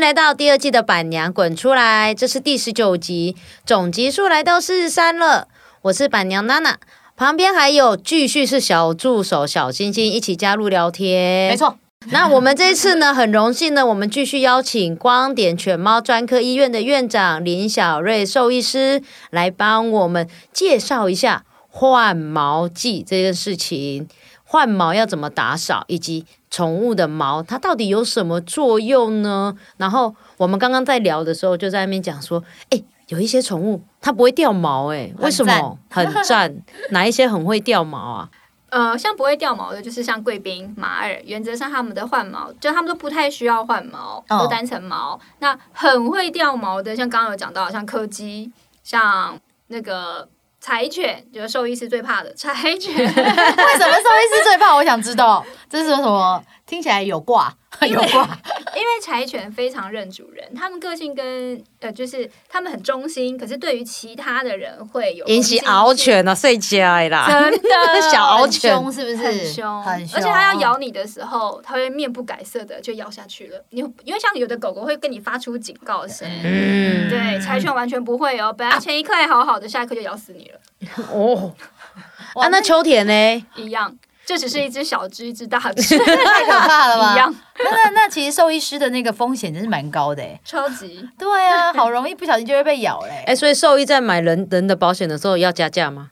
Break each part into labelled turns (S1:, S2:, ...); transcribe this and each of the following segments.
S1: 来到第二季的板娘滚出来，这是第十九集，总集数来到四十三了。我是板娘娜娜，旁边还有继续是小助手小星星一起加入聊天。
S2: 没错，
S1: 那我们这一次呢，很荣幸呢，我们继续邀请光点犬猫专科医院的院长林小瑞兽医师来帮我们介绍一下换毛季这件事情，换毛要怎么打扫，以及宠物的毛它到底有什么作用呢？然后我们刚刚在聊的时候，就在那边讲说，哎、有一些宠物它不会掉毛、诶，哎，为什么？很赞，哪一些很会掉毛啊？
S3: 呃，像不会掉毛的，就是像贵宾、马尔，原则上他们的换毛，就他们都不太需要换毛，
S2: 哦
S3: 都单层毛。那很会掉毛的，像刚刚有讲到，像柯基，像那个柴犬，就是兽医师最怕的柴 犬，
S2: 为什么兽医师最怕？我想知道，这是什么？听起来有 挂，有挂，
S3: 因为柴犬非常认主人，他们个性跟呃，就是他们很忠心，可是对于其他的人会有
S1: 引起
S3: 攻击性
S1: 獒，犬啊，睡起来啦。
S3: 真的
S1: 小獒
S2: 很
S1: 犬
S2: 凶是不是？
S3: 很凶，
S2: 很凶，
S3: 而且它要咬你的时候，它会面不改色的就咬下去了。你因为像有的狗狗会跟你发出警告声，
S1: 嗯
S3: 对，柴犬完全不会哦，本来前一刻还好好的，下一刻就咬死你了，
S1: 哦，
S2: 哇
S1: 啊，那秋田呢？
S3: 一样。这只是一只小只，一只大只，
S2: 太可怕了吧？
S3: 一样，
S2: 那那那其实兽医师的那个风险真是蛮高的哎。
S3: 超级
S2: 对 啊，好容易不小心就会被咬欸嘞。
S1: 哎，所以兽医在买人人的保险的时候要加价吗？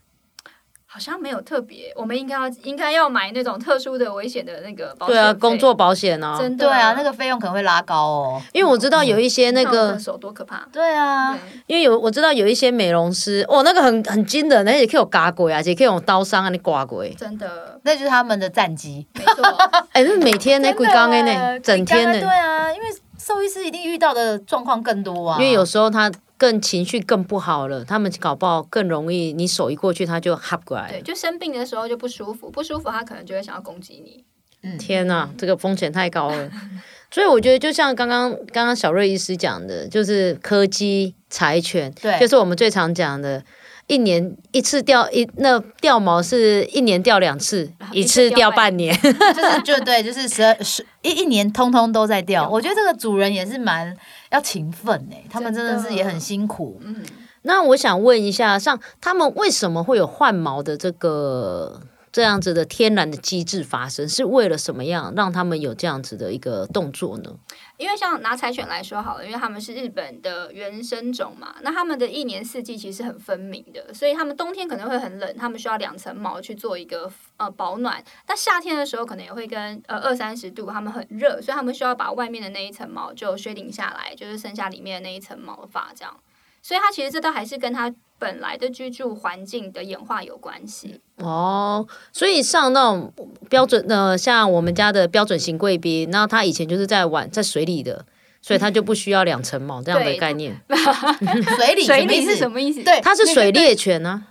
S3: 好像没有特别。我们应该要应该要买那种特殊的危险的那个保险
S1: 对啊，
S3: 哦费
S1: 工作保险啊，
S3: 真的
S2: 对啊，那个费用可能会拉高哦。
S1: 因为我知道有一些那
S3: 看我的
S1: 个，
S3: 手多可怕。
S2: 对啊，
S3: 对
S1: 因为有我知道有一些美容师，哦，那个很很惊人，而且可以有割过啊，也可以有刀伤啊，你刮过。
S3: 真的
S2: 那就是他们的战绩。
S3: 没 错，
S1: 哎，那每天呢，
S2: 真
S1: 鬼刚
S2: 的
S1: 的呢，整天
S2: 对
S1: 呢，
S2: 啊，因为兽医师一定遇到的状况更多啊。
S1: 因为有时候他更情绪更不好了，他们搞不好更容易，你手一过去他就哈过来
S3: 对，
S1: 了。
S3: 就生病的时候就不舒服，不舒服它可能就会想要攻击你。
S2: 嗯
S1: 天呐、这个风险太高了。 所以我觉得，就像刚刚刚刚小瑞医师讲的，就是柯基、柴犬，
S2: 对
S1: 就是我们最常讲的，一年一次掉一那掉毛是一年掉两次，一
S3: 啊一
S1: 次
S3: 次
S1: 掉
S3: 掉
S1: 半
S3: 半
S1: 年。
S2: 就是就对，就是十二十一一年通通都在掉。
S3: 有
S2: 我觉得这个主人也是蛮要勤奋哎、他们真的
S3: 真的
S2: 是也很辛苦。
S3: 嗯，
S1: 那我想问一下，像他们为什么会有换毛的这个这样子的天然的机制发生？是为了什么样让他们有这样子的一个动作呢？
S3: 因为像拿柴犬来说好了，因为他们是日本的原生种嘛，那他们的一年四季其实很分明的，所以他们冬天可能会很冷，他们需要两层毛去做一个呃保暖。那夏天的时候可能也会跟呃二三十度，他们很热，所以他们需要把外面的那一层毛就削顶下来，就是剩下里面的那一层毛发这样。所以它其实这都还是跟它本来的居住环境的演化有关系。
S1: 哦，所以像那种标准呃，像我们家的标准型贵宾，那它以前就是在碗在水里的，所以它就不需要两层毛这样的
S3: 对
S1: 概念。
S2: 水里
S3: 水里是
S2: 什
S3: 什
S2: 么
S3: 么意思？
S2: 意思？，对，
S1: 它是 水猎犬啊，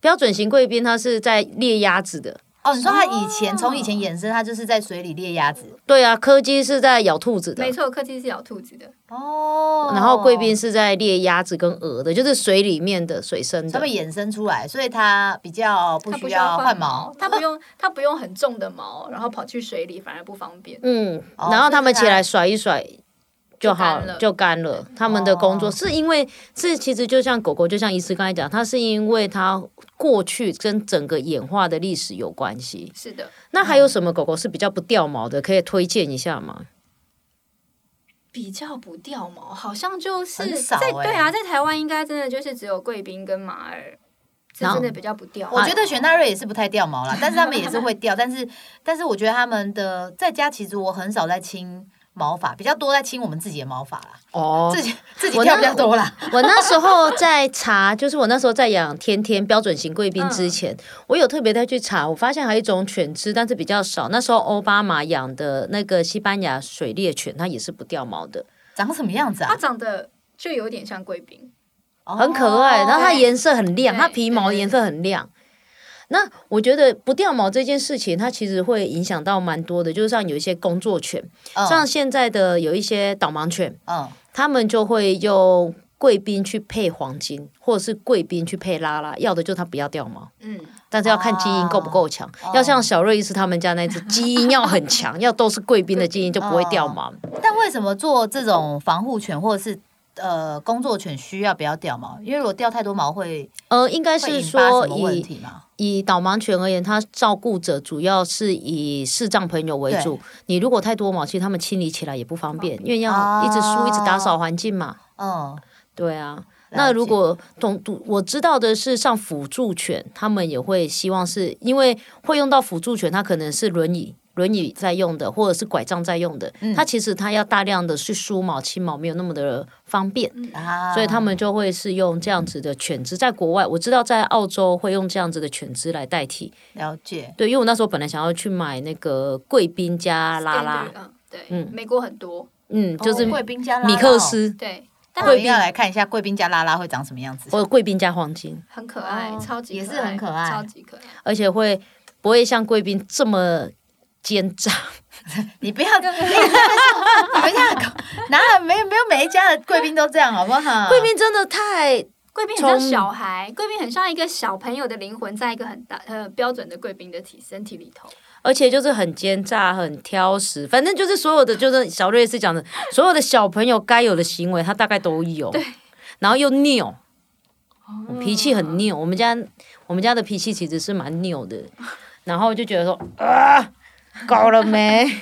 S1: 标准型贵宾它是在猎鸭子的，
S2: 哦。你说他以前从以前衍生，他就是在水里猎鸭子
S1: 对啊，柯基是在咬兔子的
S3: 没，错，柯基是咬兔子的，
S2: 哦，
S1: 然后贵宾是在猎鸭子跟鹅的，就是水里面的水生
S2: 他
S1: 的
S2: 们。衍生出来，所以它比较不
S3: 它不
S2: 需
S3: 需
S2: 要
S3: 要
S2: 换
S3: 换
S2: 毛
S3: 毛，，它不用它不用很重的毛，然后跑去水里反而不方便。
S1: 嗯，
S2: 哦
S1: 然后他们
S2: 就是
S1: 起
S2: 它
S1: 来甩一甩就好
S3: 干了
S1: 就干了。他们的工作
S2: 哦
S1: 是因为是其实就像狗狗，就像医师刚才讲，它是因为它过去跟整个演化的历史有关系。
S3: 是的，
S1: 那还有什么狗狗是比较不掉毛的？可以推荐一下吗？
S3: 比较不掉毛，好像就是
S2: 很少
S3: 在
S2: 欸
S3: 对啊，在台湾应该真的就是只有贵宾跟马尔是
S1: 然后
S3: 真的比较不掉毛。
S2: 我觉得雪纳瑞也是不太掉毛啦，但是他们也是会掉，但是但是我觉得他们的在家其实我很少在清毛发，比较多在清我们自己的毛发啦，
S1: 哦
S2: 自己自己
S1: 我
S2: 掉
S1: 那
S2: 比较多啦。
S1: 我那时候在查，就是我那时候在养天天标准型贵宾之前，我有特别再去查，我发现还有一种犬只，但是比较少。那时候奥巴马养的那个西班牙水猎犬，它也是不掉毛的，
S2: 长什么样子
S3: 它
S2: 啊？
S3: 长得就有点像贵宾，
S1: 很可爱。
S2: 哦
S1: 然后它颜色很亮，
S3: 对
S1: 它皮毛颜色很亮。那我觉得不掉毛这件事情，它其实会影响到蛮多的，就是像有一些工作犬，像现在的有一些导盲犬，
S2: 嗯
S1: 他们就会用贵宾去配黄金，或者是贵宾去配拉拉，要的就是它不要掉毛，
S3: 嗯，
S1: 但是要看基因够不够强。
S2: 哦
S1: 要像小瑞医师他们家那只，基因要很强，要都是贵宾的基因就不会掉毛。
S2: 嗯，但为什么做这种防护犬或者是呃工作犬需要不要掉毛？因为如果掉太多毛会
S1: 呃，应该
S2: 会
S1: 是
S2: 引发什
S1: 说
S2: 么问
S1: 以
S2: 题吗？
S1: 以导盲犬而言，它照顾者主要是以视障朋友为主。你如果太多毛，其实他们清理起来也不方便，因为要一直梳、一直打扫环境嘛。
S2: 嗯，
S1: 对啊，
S2: 啊了
S1: 那如
S2: 解
S1: 果懂懂，我知道的是，像辅助犬，他们也会希望是因为会用到辅助犬，它可能是轮椅。轮椅在用的，或者是拐杖在用的，
S2: 嗯
S1: 它其实它要大量的去梳毛、清毛，没有那么的方便，
S2: 啊，
S1: 所以他们就会是用这样子的犬只。在国外，我知道在澳洲会用这样子的犬只来代替。
S2: 了解。
S1: 对，因为我那时候本来想要去买那个贵宾加拉拉
S3: Standard，，嗯，对，美国很多，
S1: 嗯，就是
S2: 哦贵宾加拉拉
S1: 米克，斯、
S3: 对，
S2: 我
S3: 但
S2: 们要来看一下贵宾加拉拉会长什么样子。
S1: 或者贵宾加黄金。
S3: 很可爱，
S2: 哦
S3: 超级
S2: 也是很可爱
S3: 超级可爱。
S1: 而且会不会像贵宾这么奸诈？
S2: 你不要，你 们家的狗 哪有没有没有每一家的贵宾都这样好不好？
S1: 贵宾真的太……
S3: 贵宾很
S1: 从
S3: 像小孩，贵宾很像一个小朋友的灵魂，在一个很大呃标准的贵宾的体身体里头。
S1: 而且就是很奸诈、很挑食，反正就是所有的，就是小瑞斯讲的，所有的小朋友该有的行为，他大概都有。然后又
S2: 哦
S1: 拗，脾气很拗。我们家我们家的脾气其实是蛮拗的，然后就觉得说啊，搞了没？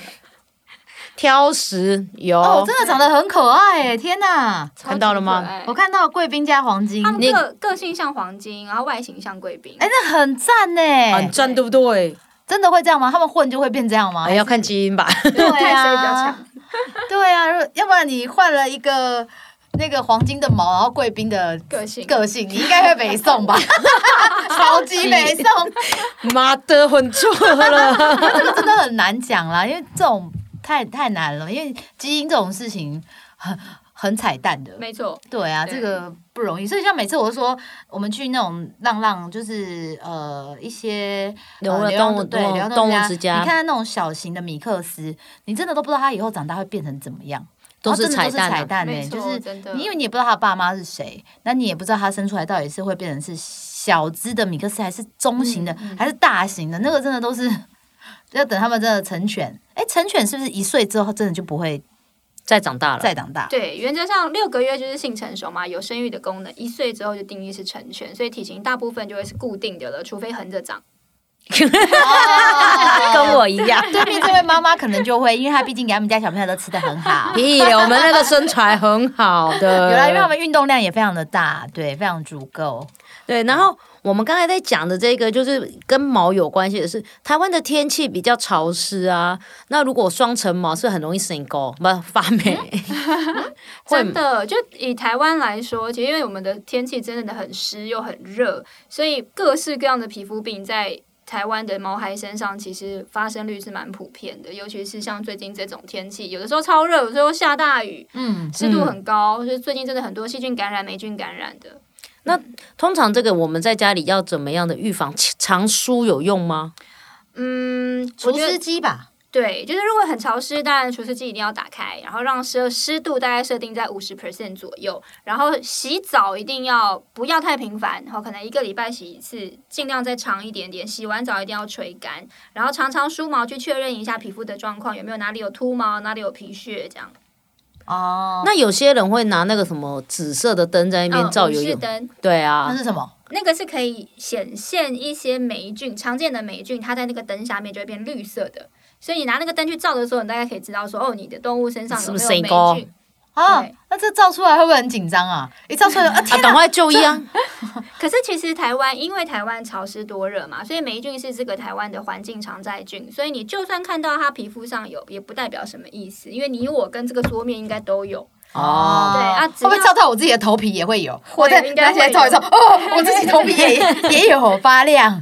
S1: 挑食有、
S2: 哦，真的长得很可爱耶！天哪，
S1: 看到了
S3: 超
S1: 吗
S3: 级可爱
S2: 我看到贵宾加黄金，
S3: 他们
S1: 你
S3: 个个性像黄金，然后外形像贵宾。
S2: 哎，那很赞呢。
S1: 很赞，对不对？
S2: 真的会这样吗？他们混就会变这样吗？
S1: 哎，要看基因 吧。
S2: 对
S3: 看谁比较
S2: 啊
S3: 强，
S2: 对啊，如要不然你换了一个那个黄金的毛，然后贵宾的
S3: 个性
S2: 个性，你应该会北宋吧？超级北宋，
S1: 妈的，混错了。
S2: 这个真的很难讲啦，因为这种太太难了，因为基因这种事情很很彩蛋的。
S3: 没错，
S2: 对啊，
S3: 对
S2: 这个不容易，所以像每次我就说，我们去那种浪浪，就是呃一些
S1: 流
S2: 呃
S1: 浪
S2: 流浪
S1: 动物
S2: 对
S1: 动物
S2: 流浪
S1: 动物
S2: 家
S1: 之家
S2: 你看哦那种小型的米克斯，你真的都不知道它以后长大会变成怎么样，
S1: 都是
S2: 然后真的
S1: 彩蛋啊
S2: 都是彩蛋呢、欸
S3: 没错
S2: 就是
S3: 真的
S2: 你因为你也不知道他爸妈是谁，那你也不知道他生出来到底是会变成是小只的米克斯，还是中型的，
S1: 嗯
S2: 还是大型的，那个真的都是要等他们真的成犬。哎，成犬是不是一岁之后真的就不会
S1: 再长大了，
S2: 再长大？
S3: 对， 原则上六个月就是性成熟嘛，有生育的功能，一岁之后就定义是成犬，所以体型大部分就会是固定的了，除非横着长。
S1: 跟我一样。。
S2: 对面这位妈妈可能就会，因为她毕竟给他们家小朋友都吃的很好
S1: 屁咧，我们那个身材很好的。
S2: 有啦，因为他们运动量也非常的大，对，非常足够。
S1: 对，然后我们刚才在讲的这个，就是跟毛有关系的是，台湾的天气比较潮湿啊。那如果双层毛是很容易生高，不发霉。
S2: 嗯
S1: 会
S3: 真的，就以台湾来说，其实因为我们的天气真的很湿又很热，所以各式各样的皮肤病在台湾的毛孩身上其实发生率是蛮普遍的，尤其是像最近这种天气，有的时候超热，有的时候下大雨，
S2: 嗯，
S3: 湿度很高，就是最近真的很多细菌感染、霉菌感染的。
S1: 通常这个我们在家里要怎么样的预防？常梳有用吗？
S3: 嗯，我
S2: 除
S3: 觉得
S2: 湿机吧，
S3: 对，就是如果很潮湿，当然除湿机一定要打开，然后让湿湿度大概设定在五十 percent 左右，然后洗澡一定要不要太频繁，然后可能一个礼拜洗一次，尽量再长一点点。洗完澡一定要吹干，然后常常梳毛去确认一下皮肤的状况，有没有哪里有秃毛，哪里有皮屑这样。
S2: 哦，
S1: 那有些人会拿那个什么紫色的灯在那边照
S3: 嗯
S1: 有
S3: 无视
S1: 用。
S3: 灯
S1: 对
S2: 那
S1: 啊，
S2: 是什么？
S3: 那个是可以显现一些霉菌，常见的霉菌，它在那个灯下面就会变绿色的。所以你拿那个灯去照的时候，你大概可以知道说，哦，你的动物身上
S1: 是
S3: 有
S1: 不
S3: 没
S1: 是
S3: 有霉
S1: 生高
S3: 菌。
S2: 啊
S3: 对，
S2: 那这照出来会不会很紧张啊？一照出来就，啊
S1: 啊，
S2: 天
S1: 赶
S2: 哪！
S1: 快就医 啊！
S3: 可是其实台湾因为台湾潮湿多热嘛，所以霉菌是这个台湾的环境常在菌，所以你就算看到它皮肤上有，也不代表什么意思，因为你我跟这个桌面应该都有。
S1: 哦
S3: 对啊只
S2: 会不会
S3: 要
S2: 照到我自己的头皮也会有？我再
S3: 应该
S2: 拿起来
S3: 会
S2: 照一照，
S3: 有
S2: 哦，我自己头皮也也有发亮。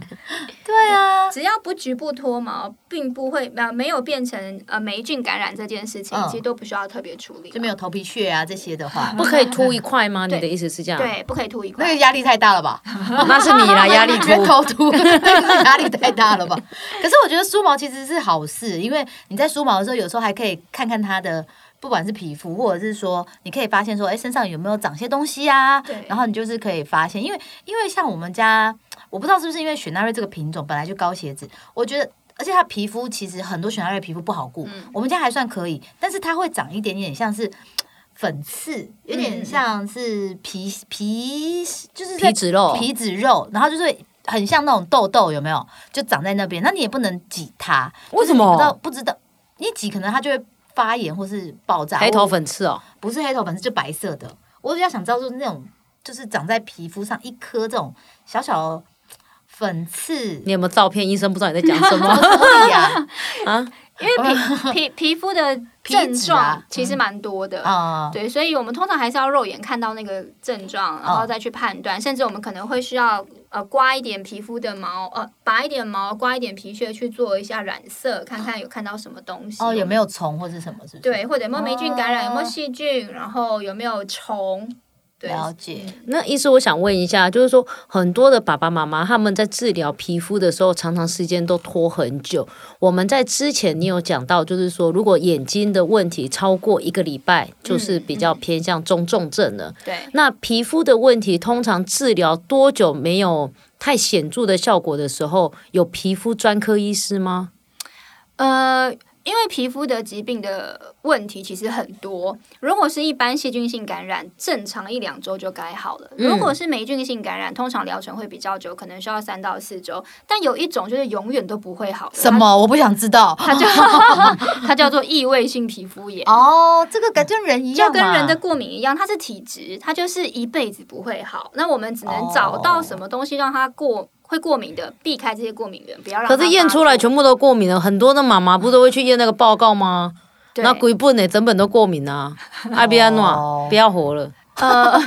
S2: 对啊，
S3: 只要不局部脱毛，并不会呃没有变成呃霉菌感染这件事情，
S2: 嗯
S3: 其实都不需要特别处理
S2: 就。没有头皮屑啊这些的话，
S1: 不可以秃一块吗？
S3: 对
S1: 你的意思是这样？哦
S3: 对，不可以吐一
S2: 那个
S3: 块。
S2: 压力太大了吧？
S1: 那是你 啦，压力
S2: 源
S1: 秃。
S2: 头秃， 压力太大了吧？可是我觉得梳毛其实是好事，因为你在梳毛的时候，有时候还可以看看它的。不管是皮肤，或者是说，你可以发现说，哎、身上有没有长些东西啊？
S3: 对
S2: 然后你就是可以发现，因为因为像我们家，我不知道是不是因为雪纳瑞这个品种本来就高血脂，我觉得而且它皮肤其实很多雪纳瑞皮肤不好顾，
S1: 嗯
S2: 我们家还算可以，但是它会长一点点像是。粉刺有
S3: 嗯嗯
S2: 点
S3: 嗯
S2: 像是皮皮，就是在
S1: 皮脂肉，
S2: 皮脂肉，然后就是很像那种痘痘，有没有？就长在那边，那你也不能挤它，
S1: 为什
S2: 就是你不知道
S1: 么？
S2: 不知道，你挤可能它就会发炎或是爆炸。
S1: 黑头
S2: 我
S1: 粉刺哦，
S2: 不是黑头粉，是就白色的。我比较想知道，就是那种就是长在皮肤上一颗这种小小的粉刺，
S1: 你有没有照片？医生不知道你在讲什
S2: 怎么
S1: 么
S2: 处理啊？
S1: 啊？
S3: 因为皮皮 皮肤的症
S2: 皮脂
S3: 状
S2: 啊
S3: 其实蛮多的。
S2: 啊、
S3: 对，所以我们通常还是要肉眼看到那个症状，然后
S2: 哦
S3: 再去判断，甚至我们可能会需要呃刮一点皮肤的毛，呃拔一点毛，刮一点皮屑去做一下染色，看看有看到什么东西
S2: 哦，有没
S3: 有？
S2: 有虫或是什么？是不是？
S3: 对，，或者有没有霉菌感染，有没有
S2: 哦
S3: 细菌，然后有没有虫？对，
S2: 了解。
S1: 那医师，我想问一下，就是说，很多的爸爸妈妈他们在治疗皮肤的时候，常常时间都拖很久。我们在之前你有讲到，就是说，如果眼睛的问题超过一个礼拜，就是比较偏向中重症了。
S3: 对，
S1: 那皮肤的问题，通常治疗多久没有太显著的效果的时候，有皮肤专科医师吗？
S3: 呃，因为皮肤的疾病的问题其实很多，如果是一般细菌性感染，正常一两周就该好了；
S1: 嗯
S3: 如果是霉菌性感染，通常疗程会比较久，可能需要三到四周。但有一种就是永远都不会好的，
S2: 什么？我不想知道。
S3: 它？它叫 它叫做异位性皮肤炎。
S2: 哦，这个感觉人一样
S3: 就
S2: 嘛，
S1: 啊
S3: 跟人的过敏一样，它是体质，它就是一辈子不会好。那我们只能找
S1: 哦
S3: 到什么东西让它过会过敏的，避开这些过敏源，不要让它
S1: 可
S3: 发作。
S1: 是验出来全部都过敏了，很多的妈妈不都会去验那个报告吗？
S3: 对
S1: 那鬼本呢，整本都过 敏啊，阿比安诺
S2: 哦
S1: 不要活了。
S3: 呃，目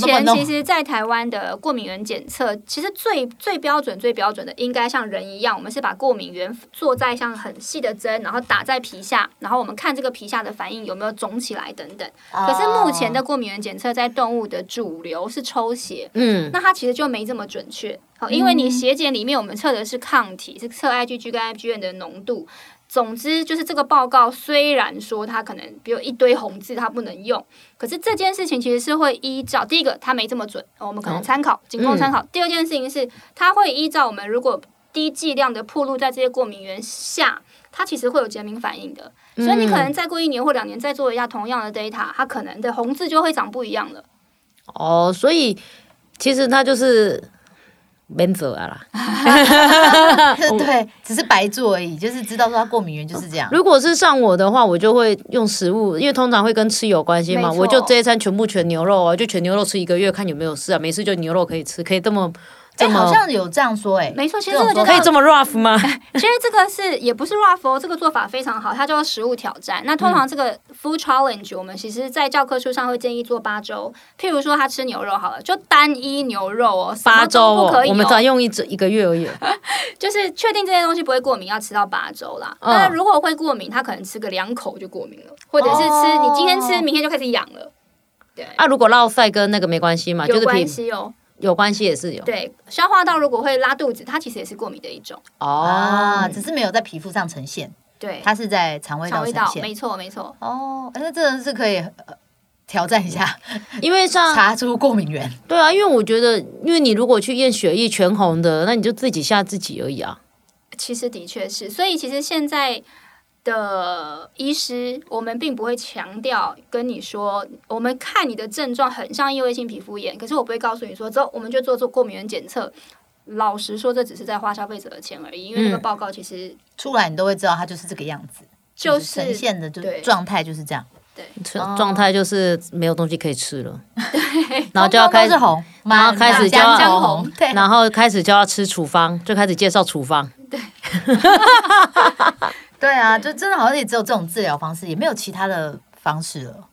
S3: 前
S2: 么都不能弄
S3: 其实，在台湾的过敏原检测，其实最最标准、最标准的，应该像人一样，我们是把过敏原做在像很细的针，然后打在皮下，然后我们看这个皮下的反应有没有肿起来等等。
S2: 哦。
S3: 可是目前的过敏原检测在动物的主流是抽血，
S1: 嗯，
S3: 那它其实就没这么准确。好，因为你血检里面我们测的是抗体，是测 IgG 跟 IgM 的浓度。总之，就是这个报告虽然说它可能比如一堆红字它不能用，可是这件事情其实是会依照第一个它没这么准，我们可能
S1: 哦
S3: 参考仅供参考。第二件事情是它会依照我们如果低剂量的暴露在这些过敏源下。它其实会有减敏反应的，所以你可
S1: 嗯
S3: 能再过一年或两年再做一下同样的 data，它可能的红字就会长不一样了。
S1: 哦，所以其实他就是免责啊啦。
S2: 啊 对，只是白做而已，就是知道说他过敏源就是这样。
S1: 如果是上我的话，我就会用食物，因为通常会跟吃有关系嘛，
S3: 没错
S1: 我就这一餐全部全牛肉啊，就全牛肉吃一个月，看有没有事啊，没事就牛肉可以吃，可以 这么
S2: 哎、
S1: 这么、
S2: 好像有这样说、哎，
S3: 没错，其实
S2: 这种
S3: 我觉
S2: 说
S3: 得
S2: 法
S1: 可以这么 rough 吗？
S3: 其实这个是也不是 rough，、哦、这个做法非常好，它叫做食物挑战。那通常
S1: 嗯
S3: 这个 food challenge，我们其实在教科书上会建议做八周。譬如说他吃牛肉好了，就单一牛肉哦，什么
S1: 八
S3: 都
S1: 周
S3: 不
S1: 哦
S3: 可，以、
S1: 我
S3: 哦。
S1: 们只用一整一个月而已。
S3: 就是确定这些东西不会过敏，要吃到八周啦。
S1: 嗯
S3: 那、如果会过敏，他可能吃个两口就过敏了，或者是吃、
S2: 哦
S3: 你今天吃，明天就开始痒了。对，
S1: 啊，如果落晒跟那个没关系嘛，就
S3: 有
S1: 是
S3: 关
S1: 皮
S3: 系哦。
S1: 有关系也是有
S3: 对，消化道如果会拉肚子，它其实也是过敏的一种。
S1: 哦。
S2: 啊，只是没有在皮肤上呈现，
S3: 对，
S2: 它是在肠胃
S3: 肠
S2: 道
S3: 胃
S2: 呈
S3: 道，
S2: 现。
S3: 没错没错。
S2: 哦，哎那真的是可以、呃挑战一下，
S1: 因为像
S2: 查出过敏源。
S1: 对啊，因为我觉得，因为你如果去验血液全红的，那你就自己吓自己而已啊。
S3: 其实的确是，所以其实现在的医师，我们并不会强调跟你说，我们看你的症状很像异位性皮肤炎，可是我不会告诉你说，走，我们就做做过敏原检测。老实说，这只是在花消费者的钱而已，因为那个
S1: 嗯
S3: 报告其实
S2: 出来你都会知道它就是这个样子，
S3: 就
S2: 呈
S3: 是。
S2: 现的就
S3: 对
S2: 状态就是这样，哦
S1: 状状态就是没有东西可以吃 了，然后就
S2: 通
S1: 要
S2: 通
S1: 开
S2: 都
S1: 始嗯
S2: 是，红，
S1: 然后
S2: 满
S1: 开始
S2: 满
S1: 就要
S2: 江江
S3: 红
S2: 红，对，
S1: 然后开始就要吃处方，就开始介绍处方。
S2: 对啊，就真的好像也只有这种治疗方式，也没有其他的方式了。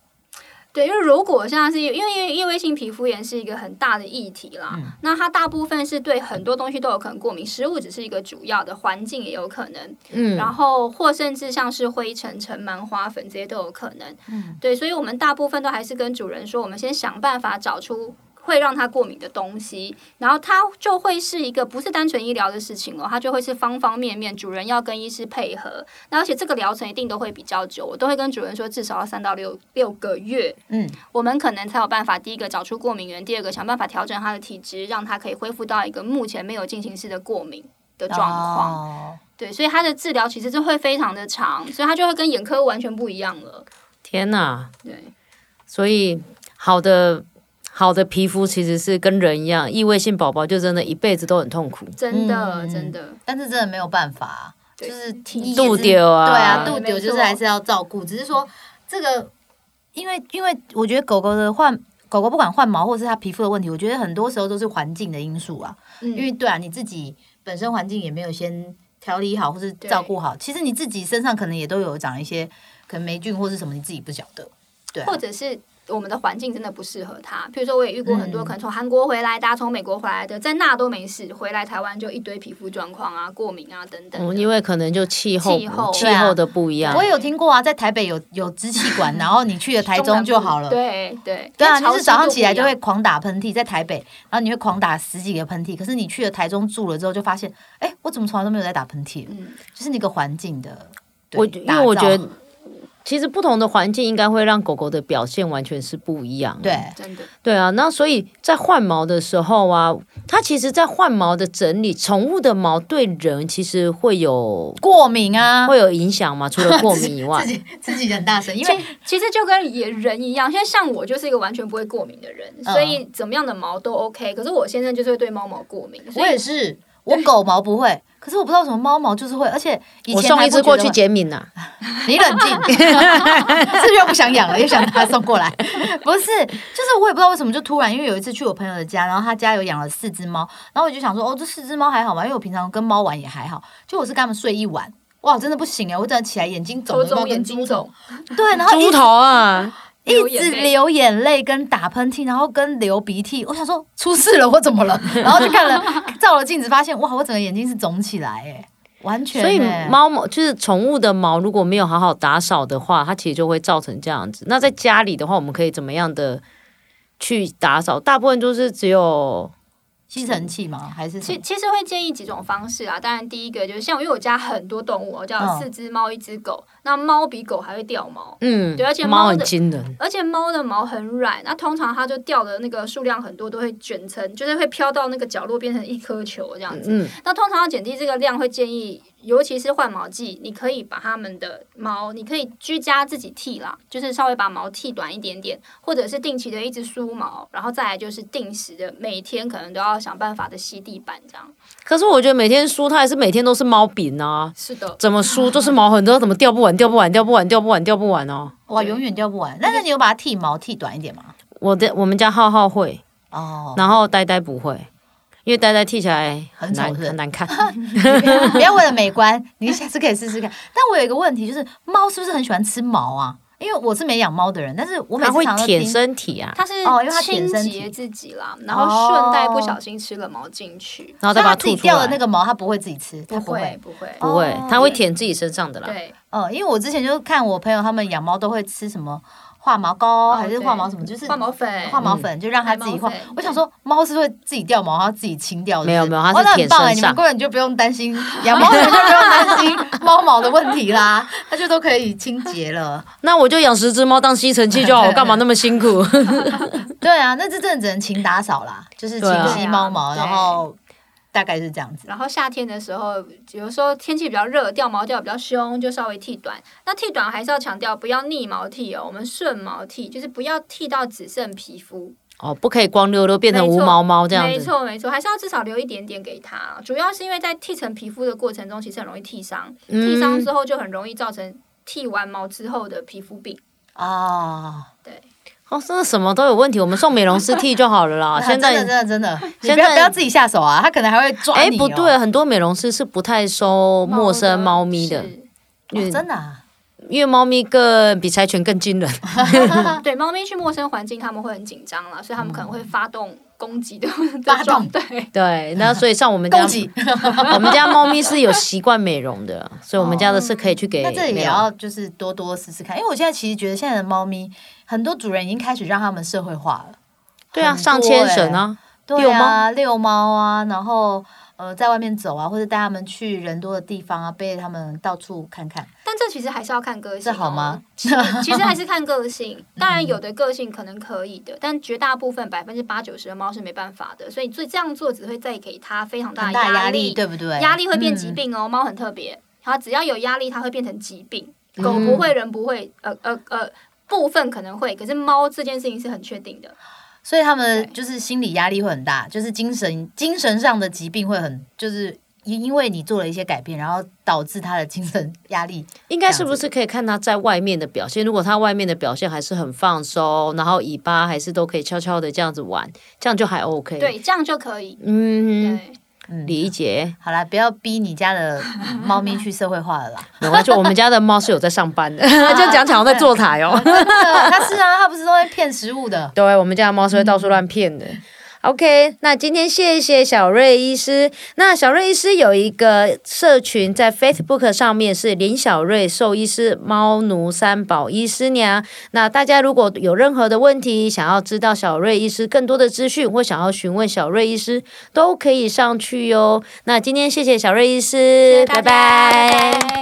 S3: 对，因为如果像是因为异位性皮肤炎是一个很大的议题啦，
S2: 嗯
S3: 那它大部分是对很多东西都有可能过敏，食物只是一个主要的，环境也有可能，
S1: 嗯，
S3: 然后或甚至像是灰尘、尘螨、花粉这些都有可能。
S2: 嗯，
S3: 对，所以我们大部分都还是跟主人说，我们先想办法找出。会让它过敏的东西，然后它就会是一个不是单纯医疗的事情哦，它就会是方方面面，主人要跟医师配合，那而且这个疗程一定都会比较久，我都会跟主人说至少要三到六六个月，
S2: 嗯，
S3: 我们可能才有办法第一个找出过敏源，第二个想办法调整它的体质，让它可以恢复到一个目前没有进行式的过敏的状况。
S2: 哦
S3: 对，所以它的治疗其实就会非常的长，所以它就会跟眼科完全不一样了。
S1: 天哪！
S3: 对，
S1: 所以好的好的皮肤其实是跟人一样，异位性宝宝就真的一辈子都很痛苦。
S3: 真的、
S2: 嗯
S3: 真的，
S2: 但是真的没有办法啊，就
S3: 对
S2: 是体
S1: 度丢啊
S2: 对啊，
S3: 对
S2: 度丢
S3: 没错
S2: 就是还是要照顾，只是说这个，因为因为我觉得狗狗的换。狗狗不管换毛或是它皮肤的问题，我觉得很多时候都是环境的因素啊。
S3: 嗯
S2: 因为对啊，你自己本身环境也没有先调理好或是照顾好，其实你自己身上可能也都有长一些可能霉菌或是什么，你自己不晓得。对啊、
S3: 或者是我们的环境真的不适合它。譬如说，我也遇过很多
S2: 嗯
S3: 可能从韩国回来的啊、从美国回来的，在那都没事，回来台湾就一堆皮肤状况啊、过敏啊等等的。
S2: 哦
S1: 嗯，因为可能就气候
S3: 气候
S1: 气
S2: 对啊
S1: 候的不一样
S2: 我。也有听过啊，在台北有有支气 管，然后你去了台
S3: 中南
S2: 中
S3: 部
S2: 就好了。
S3: 对对，
S2: 对啊，
S3: 因为
S2: 你
S3: 潮
S2: 是
S3: 湿
S2: 早上
S3: 度
S2: 起来
S3: 不
S2: 就
S3: 一
S2: 会
S3: 样
S2: 狂打喷嚏，在台北，然后你会狂打十几个喷嚏。可是你去了台中住了之后，就发现，哎，我怎么从来都没有在打喷嚏？
S3: 嗯，
S2: 就是那个环境的，对
S1: 我因
S2: 打
S1: 为我
S2: 造
S1: 觉得，其实不同的环境应该会让狗狗的表现完全是不一样。
S2: 对，
S3: 真的
S1: 对啊，那所以在换毛的时候啊，它其实，在换毛的整理，宠物的毛对人其实会有
S2: 过敏啊，
S1: 会有影响吗？除了过敏以外
S2: 自，己自己很大声，因为
S3: 其实就跟也人一样，因为像我就是一个完全不会过敏的人，
S2: 嗯
S3: 所以怎么样的毛都 OK。可是我先生就是会对猫毛过敏，所
S2: 我
S3: 以
S2: 也是，我狗毛不会，可是我不知道为什么猫毛就是会，而且以
S1: 我
S2: 前
S1: 送
S2: 还
S1: 一
S2: 不
S1: 只
S2: 觉
S1: 过
S2: 得
S1: 去
S2: 会
S1: 减敏呐、啊。
S2: 你冷静， 是不是又不想养了，又想把它送过来？ 不是，就是我也不知道为什么，就突然，因为有一次去我朋友的家，然后他家有养了四只猫，然后我就想说，哦，这四只猫还好吧，因为我平常跟猫玩也还好，就我是跟他们睡一晚，哇，真的不行哎，我真的起来眼睛肿
S3: 头
S2: 的，
S3: 肿
S2: 跟
S3: 眼
S2: 猪
S3: 睛
S2: 肿
S3: 肿，，
S2: 对，然后一
S1: 猪
S2: 直
S1: 头啊！
S2: 一
S3: 流
S2: 直
S3: 眼泪
S2: 流眼泪，跟打喷嚏，然后跟流鼻涕，我想说出事了，我怎么了？ 然后就看了照了镜子，发现哇，我整个眼睛是肿起来哎，完全
S1: 所以
S2: 哎
S1: 猫毛就是宠物的毛，如果没有好好打扫的话，它其实就会造成这样子。那在家里的话，我们可以怎么样的去打扫？大部分都是只有
S2: 吸尘器吗？还是什
S3: 其
S2: 么
S3: 其实会建议几种方式啊，当然第一个就是像因为我家很多动物哦，我家
S2: 嗯
S3: 有四只猫、一只狗，那猫比狗还会掉毛，
S1: 嗯，
S3: 对而且
S1: 猫
S3: 猫的
S1: 很惊人，
S3: 而且猫的毛很软，那通常它就掉的那个数量很多，都会卷成，就是会飘到那个角落变成一颗球这样子。
S1: 嗯，
S3: 那通常要减低这个量，会建议，尤其是换毛季，你可以把它们的毛，你可以居家自己剃啦，就是稍微把毛剃短一点点，或者是定期的一直梳毛，然后再来就是定时的每天可能都要想办法的吸地板这样。
S1: 可是我觉得每天梳它还是每天都是猫饼啊，
S3: 是的，
S1: 怎么梳就是毛很多，怎么掉不完，掉不完，掉不完，掉不完，掉不完哦。
S2: 哇，永远掉不完。但是你有把它剃毛剃短一点吗？
S1: 我的我们家浩浩会，
S2: 哦，
S1: 然后呆呆不会，因为呆呆剃起来很难
S2: 很丑是不是
S1: 很难看。
S2: 不要为了美观，你下次可以试试看。 但我有一个问题，就是猫是不是很喜欢吃毛啊？因为我是没养猫的人，但是我每
S1: 它
S2: 次
S1: 会
S2: 常常都
S1: 舔
S2: 听，
S1: 身体啊，
S3: 它是
S2: 哦因为它舔
S3: 清
S2: 身体
S3: 洁自己啦，然后顺带不小心吃了毛进去，
S1: 然后
S2: 所
S1: 再
S2: 以
S1: 把它
S2: 它自
S1: 吐
S2: 己
S1: 出
S2: 掉的
S1: 来。
S2: 那个毛，它不会自己吃，它
S3: 不
S2: 哦不
S3: 会
S2: 会。
S3: 不会，
S1: 不会
S2: 哦，
S1: 它会舔自己身上的啦。
S3: 对，
S2: 哦，因为我之前就看我朋友他们养猫都会吃什么化毛膏、
S3: 哦
S2: 还是
S3: 对
S2: 化毛什么，就是
S3: 化毛粉，
S2: 化毛粉，就让它
S3: 嗯
S2: 自己
S3: 化毛
S2: 化
S3: 粉。
S2: 我想说，猫是会自己掉毛，然后自己清掉的。
S1: 没有没有它是
S2: 哦那很
S1: 舔
S2: 棒哎，
S1: 身
S2: 你
S1: 上
S2: 们工人就不用 担心，养猫的人就不用担心猫毛的问题啦， 它就都可以清洁了。
S1: 那我就养十只猫当吸尘器就好，我 干嘛那么辛苦？
S2: 对啊，那这阵只能勤打扫啦，就是
S1: 对啊
S2: 清洗猫毛，
S3: 对啊
S2: 然后大概是这样子。
S3: 然后夏天的时候，比如说天气比较热，掉毛掉得比较凶，就稍微剃短。那剃短还是要强调不要逆毛剃哦，我们顺毛剃，就是不要剃到只剩皮肤，
S1: 哦，不可以光溜溜变成
S3: 没
S1: 无
S3: 错
S1: 毛猫这样
S3: 没
S1: 子。
S3: 错没错，还是要至少留一点点给它。主要是因为在剃成皮肤的过程中，其实很容易剃伤，
S2: 嗯
S3: 剃伤之后就很容易造成剃完毛之后的皮肤病。
S2: 哦，
S3: 对，
S1: 哦，真的什么都有问题，我们送美容师剃就好了 啦。啊现
S2: 真
S1: 在。
S2: 的真的真的，你
S1: 现
S2: 不要
S1: 在
S2: 不要自己下手啊，它可能还会抓
S1: 哎，
S2: 你。哦
S1: 不对，，很多美容师是不太收陌生猫咪的，
S3: 哦是
S1: 因为
S2: 哦真的啊
S1: 因为猫咪更比柴犬更惊人。
S3: 对，猫咪去陌生环境，它们会很紧张啦，所以它们可能会发动攻击 的
S2: 发
S3: 的
S2: 动
S3: 状对。
S1: 对，那所以像我们家
S2: 攻，击。
S1: 我们家猫咪是有习惯美容的，所以我们家的是可以去给
S2: 哦那这里
S1: 美
S2: 也
S1: 容。
S2: 要就是多多试试看，因为我现在其实觉得现在的猫咪很多主人已经开始让它们社会化了，
S1: 对啊，
S2: 很多欸
S1: 上牵绳啊，
S2: 对啊，遛猫啊，然后呃在外面走啊，或者带他们去人多的地方啊，背他们到处看看。
S3: 但这其实还是要看个性、
S2: 这
S3: 哦，
S2: 好吗？
S3: 其其实还是看个性，当然有的个性可能可以的，但绝大部分百分之八九十的猫是没办法的，所以最这样做只会再给它非常大
S2: 很
S3: 的
S2: 大压
S3: 力，
S2: 对不对？
S3: 压力会变疾
S2: 嗯。
S3: 病哦，猫很特别，它只要有压力，它会变成疾病。狗不会，人不会，呃呃呃，部分可能会，可是猫这件事情是很确定的。
S2: 所以他们
S3: 对
S2: 就是心理压力会很大，就是精神精神上的疾病会很，就是因因为你做了一些改变，然后导致他的精神压力。
S1: 应该是不是可以看他在外面的表现？如果他外面的表现还是很放松，然后尾巴还是都可以悄悄的这样子玩，这样就还 OK。，
S3: 对，这样就可以。
S1: 嗯，
S3: 对，
S1: 理解。
S2: 好啦，不要逼你家的猫咪去社会化了 啦。
S1: 没关啊系，我们家的猫是有在上班的，这样讲起来好像在坐台 哦。
S2: 它是啊，它不是都会骗食物的。
S1: 对，我们家的猫是会到处乱骗的。OK，那今天谢谢小瑞医师。那小瑞医师有一个社群在 Facebook 上面是林小瑞兽医师、猫奴三宝医师娘。那大家如果有任何的问题，想要知道小瑞医师更多的资讯，或想要询问小瑞医师，都可以上去哟、那今天谢谢小瑞医师，
S3: 谢谢大家
S1: 拜拜
S3: 拜拜